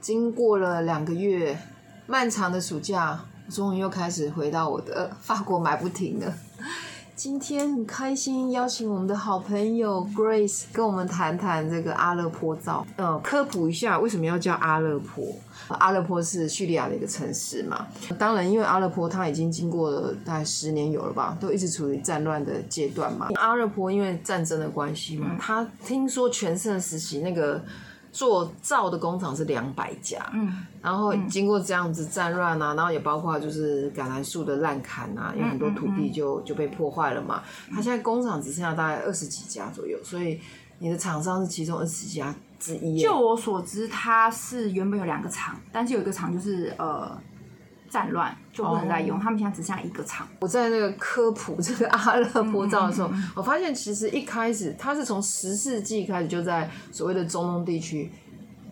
经过了两个月漫长的暑假，我终于又开始回到我的法国买不停了。今天很开心邀请我们的好朋友 Grace 跟我们谈谈这个阿勒颇皂。呃，科普一下为什么要叫阿勒颇。阿勒颇是叙利亚的一个城市嘛，当然因为阿勒颇它已经经过了大概十年有了吧，都一直处于战乱的阶段嘛。阿勒颇因为战争的关系嘛，他听说全盛时期那个。做皂的工厂是两百家，嗯，然后经过这样子战乱嗯啊，然后也包括就是橄榄树的滥砍啊，有很多土嗯地就就被破坏了嘛。它现在工厂只剩下大概二十几家左右，所以你的厂商是其中二十几家之一耶。就我所知，它是原本有两个厂，但是有一个厂就是呃战乱，就不能再哦用，他们现在只剩下一个厂。我在那个科普这个阿勒颇皂的时候，嗯我发现其实一开始它是从十世纪开始就在所谓的中东地区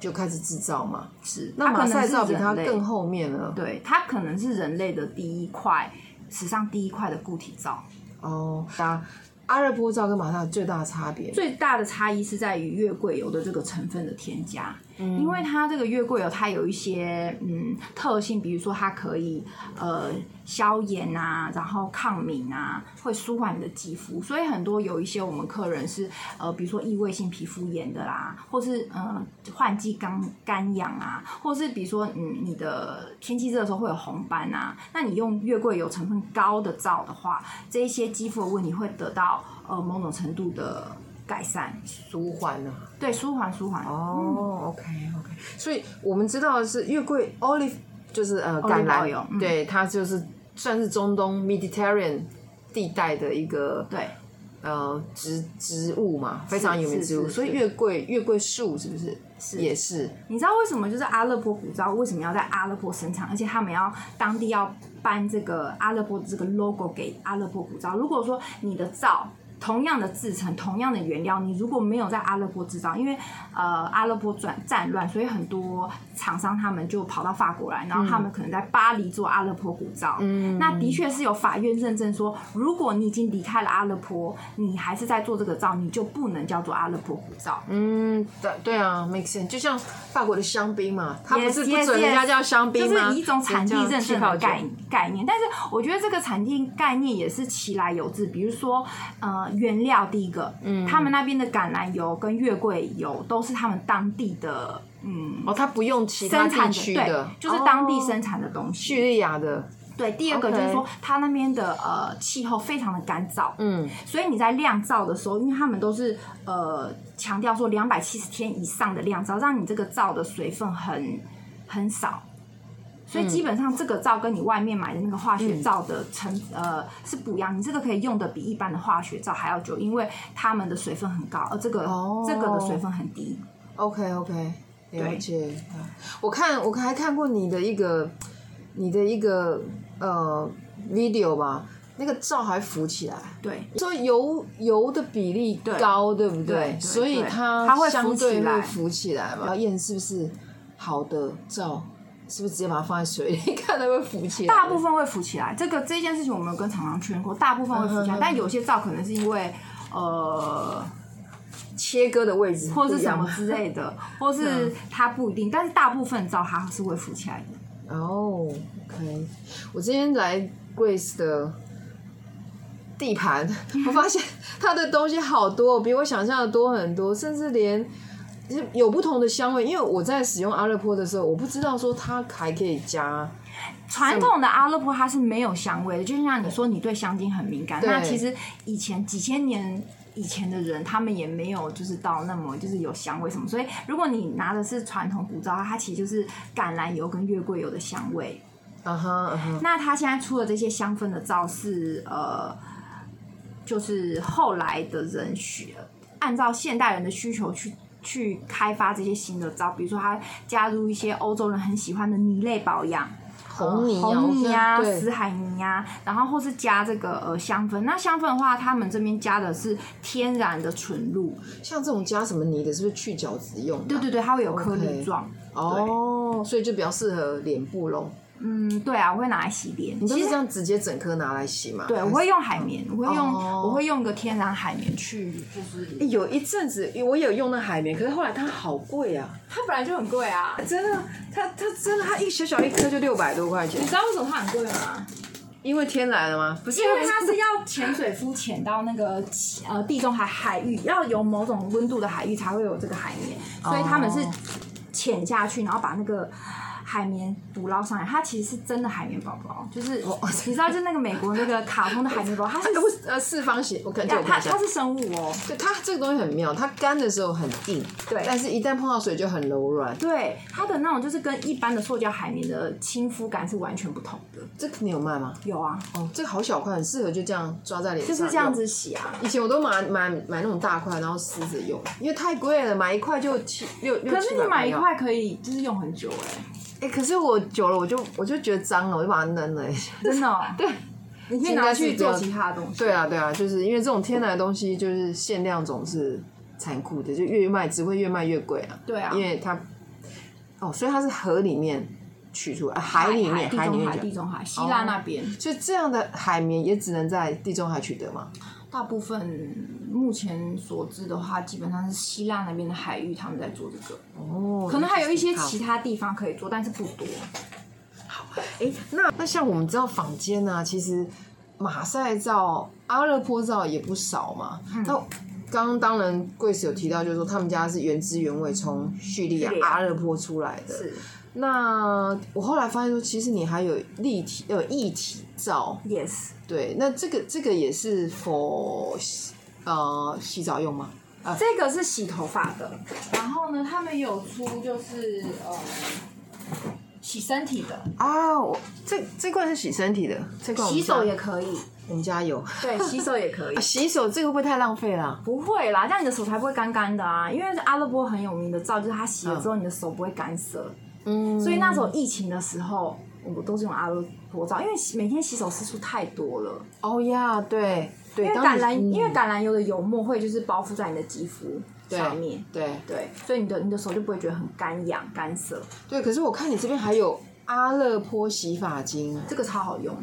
就开始制造嘛，是，那它可马能赛是皂比它人类更后面了。对，它可能是人类的第一块，史上第一块的固体皂。哦，啊，阿勒颇皂跟马赛最大的差别最大的差异是在于月桂油的这个成分的添加，因为它这个月桂油它有一些嗯特性，比如说它可以呃消炎啊，然后抗敏啊，会舒缓你的肌肤，所以很多有一些我们客人是呃比如说异位性皮肤炎的啦，或是呃换季干干痒啊，或是比如说嗯你的天气热的时候会有红斑啊，那你用月桂油成分高的皂的话，这一些肌肤的问题会得到呃某种程度的改善，舒缓啊。对，舒缓舒缓。嗯哦、o k OK，所以我们知道的是月桂 olive 就是呃橄 Olive 榄 oil，嗯对，它就是算是中东 Mediterranean 地带的一个对，呃植植物嘛，非常有名的是植物。是是所以月桂月桂树是不是也是？你知道为什么就是阿勒颇古皂为什么要在阿勒颇生产，而且他们要当地要颁这个阿勒颇的这个 logo 给阿勒颇古皂？如果说你的皂同样的制成、同样的原料，你如果没有在阿勒颇制造，因为呃阿勒颇转战乱，所以很多厂商他们就跑到法国来，然后他们可能在巴黎做阿勒颇古皂。嗯，那的确是有法院认证说，如果你已经离开了阿勒颇，你还是在做这个皂，你就不能叫做阿勒颇古皂。嗯，对对啊，make sense。就像法国的香槟嘛，它不是 Yes, 不准 yes, 人家叫香槟吗？就是一种产地人家认叫气证泡的酒概概念。但是我觉得这个产地概念也是其来有自，比如说呃原料第一个，嗯，他们那边的橄榄油跟月桂油都是他们当地的嗯哦，它不用其他生产地区的对，就是当地哦生产的东西。叙利亚的，对，第二个 OK 就是说它那边的呃气候非常的干燥，嗯，所以你在晾皂的时候，因为他们都是呃强调说两百七十天以上的晾皂，让你这个皂的水分很很少，所以基本上这个皂跟你外面买的那个化学皂的成、呃是不一样，你这个可以用的比一般的化学皂还要久，因为它们的水分很高，而这个、哦这个的水分很低。 OK OK，了解。我看我还看过你的一个你的一个呃 video 吧，那个照还浮起来，对，说油油的比例对高，对不对？对对所以对它它会浮相对起来会浮起来嘛。要验是不是好的照，是不是直接把它放在水里 看它会浮起来？大部分会浮起来，这个这件事情我们有跟厂商确认过，大部分会浮起来，但有些皂可能是因为呃切割的位置或不是一什样么 之类的，啊或是它不一定，但是大部分皂它是会浮起来的。哦、o k 我今天来 Grace 的地盘， 我发现她的东西好多，比我想象的多很多，甚至连有不同的香味。因为我在使用阿勒颇的时候，我不知道说它还可以加，传统的阿勒颇它是没有香味的，就像你说你对香精很敏感，对那其实以前几千年。以前的人他们也没有就是到那么就是有香味什么，所以如果你拿的是传统古皂，它其实就是橄榄油跟月桂油的香味。啊哈啊哈，那他现在出的这些香氛的皂是呃，就是后来的人需按照现代人的需求去。去开发这些新的皂，比如说他加入一些欧洲人很喜欢的泥类保养，红泥啊，红泥啊、我真死的海泥啊，然后或是加这个呃香氛。那香氛的话，他们这边加的是天然的纯露，对，像这种加什么泥的，是不是去角质用的啊、对对对，它会有颗 OK 粒状。哦所以就比较适合脸部咯。嗯，对啊，我会拿来洗脸。你就其是实这样直接整颗拿来洗嘛？对，还我是会用海绵，我会用、哦我会用个天然海绵去，就是欸有一阵子我有用那海绵，可是后来它好贵啊，它本来就很贵啊。真的，它它真的它一小小一颗就六百多块钱你，知道为什么它很贵吗？因为天然的吗？不是，因为它是要潜水夫潜到那个呃地中海海域，要有某种温度的海域才会有这个海绵，所以他们是哦潜下去，然后把那个海绵捕捞上来。它其实是真的海绵宝宝，就是哦你知道，就那个美国那个卡通的海绵宝宝，它 是它不是呃四方形，我感觉它我看它一它下。是生物哦，对它这个东西很妙，它干的时候很硬，对但是一旦碰到水就很柔软。对它的那种就是跟一般的塑胶海绵的亲肤感是完全不同的。这个你有卖吗？有啊，哦，这个好小块，很适合就这样抓在脸就上，是这样。子洗啊。以前我都买买买那种大块，然后撕着用，因为太贵了，买一块就七六六可七是百你买一块。块可以就是用很久哎、哎、可是我久了，我就我就觉得脏了，我就把它扔了。真的、哦。 对，你可以拿去做其他的东西。对啊，对啊，就是因为这种天然的东西，就是限量总是残酷的，就越卖只会越卖越贵啊。对啊因为它哦，所以它是河里面取出来，啊海里面地海里中面哦海、取地中海、希腊那边，所以这样的海绵也只能在地中海取得嘛。大部分目前所知的话，基本上是希腊那边的海域他们在做这个，哦，可能还有一些好其他地方可以做，但是不多。哎、那那像我们知道坊间呢、啊，其实马赛皂、阿勒坡皂也不少嘛。嗯那刚刚当然贵子有提到，就是说他们家是原汁原味从叙利亚叙利亚阿勒坡出来的。，那我后来发现说，其实你还有立体呃一体皂， ，yes，对，那这个这个也是 for 洗呃洗澡用吗？这个是洗头发的，然后呢，他们有出就是呃洗身体的，啊，我这这罐是洗身体的，这罐我们洗手家也可以，我们家有、对，洗手也可以 啊。洗手这个会不会太浪费了、不会啦，这样你的手才不会干干的啊！因为阿勒波很有名的皂，就是它洗了之后，你的手不会干涩。嗯，所以那时候疫情的时候，我都是用阿勒伯皂，因为每天洗手次数太多了。哦呀，对对，因为当橄你榄，嗯因为橄榄油的油沫会就是包覆在你的肌肤对上面，对对，所以你的你的手就不会觉得很干痒、干涩。对，可是我看你这边还有阿勒坡洗发精这个超好用，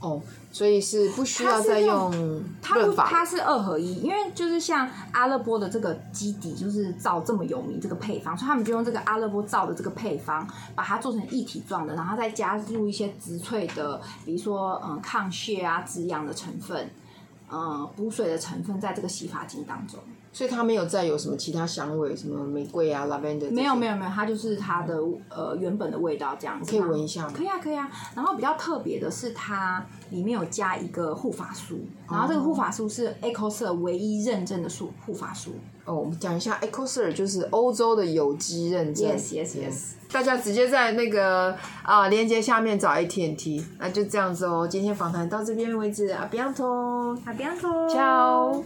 哦，所以是不需要它是再用用它不润发它是二合一，因为就是像阿勒波的这个基底就是皂这么有名这个配方，所以他们就用这个阿勒波皂的这个配方，把它做成一体状的，然后再加入一些植萃的，比如说嗯抗屑啊、止痒的成分，嗯补水的成分在这个洗发精当中。所以它没有再有什么其他香味，什么玫瑰啊、lavender 没有没有，有没有，它就是它的呃原本的味道这样子。可以闻一下吗可以啊可以啊。然后比较特别的是，它里面有加一个护发素，然后这个哦护发素是 Eco 色唯一认证的素护发素。哦，我们讲一下 EcoSir 就是欧洲的有机认证 Yes yes yes。大家直接在那个啊链接下面找 AT&T，那就这样子哦，今天访谈到这边为止，阿比安托，好，不要走。 ciao。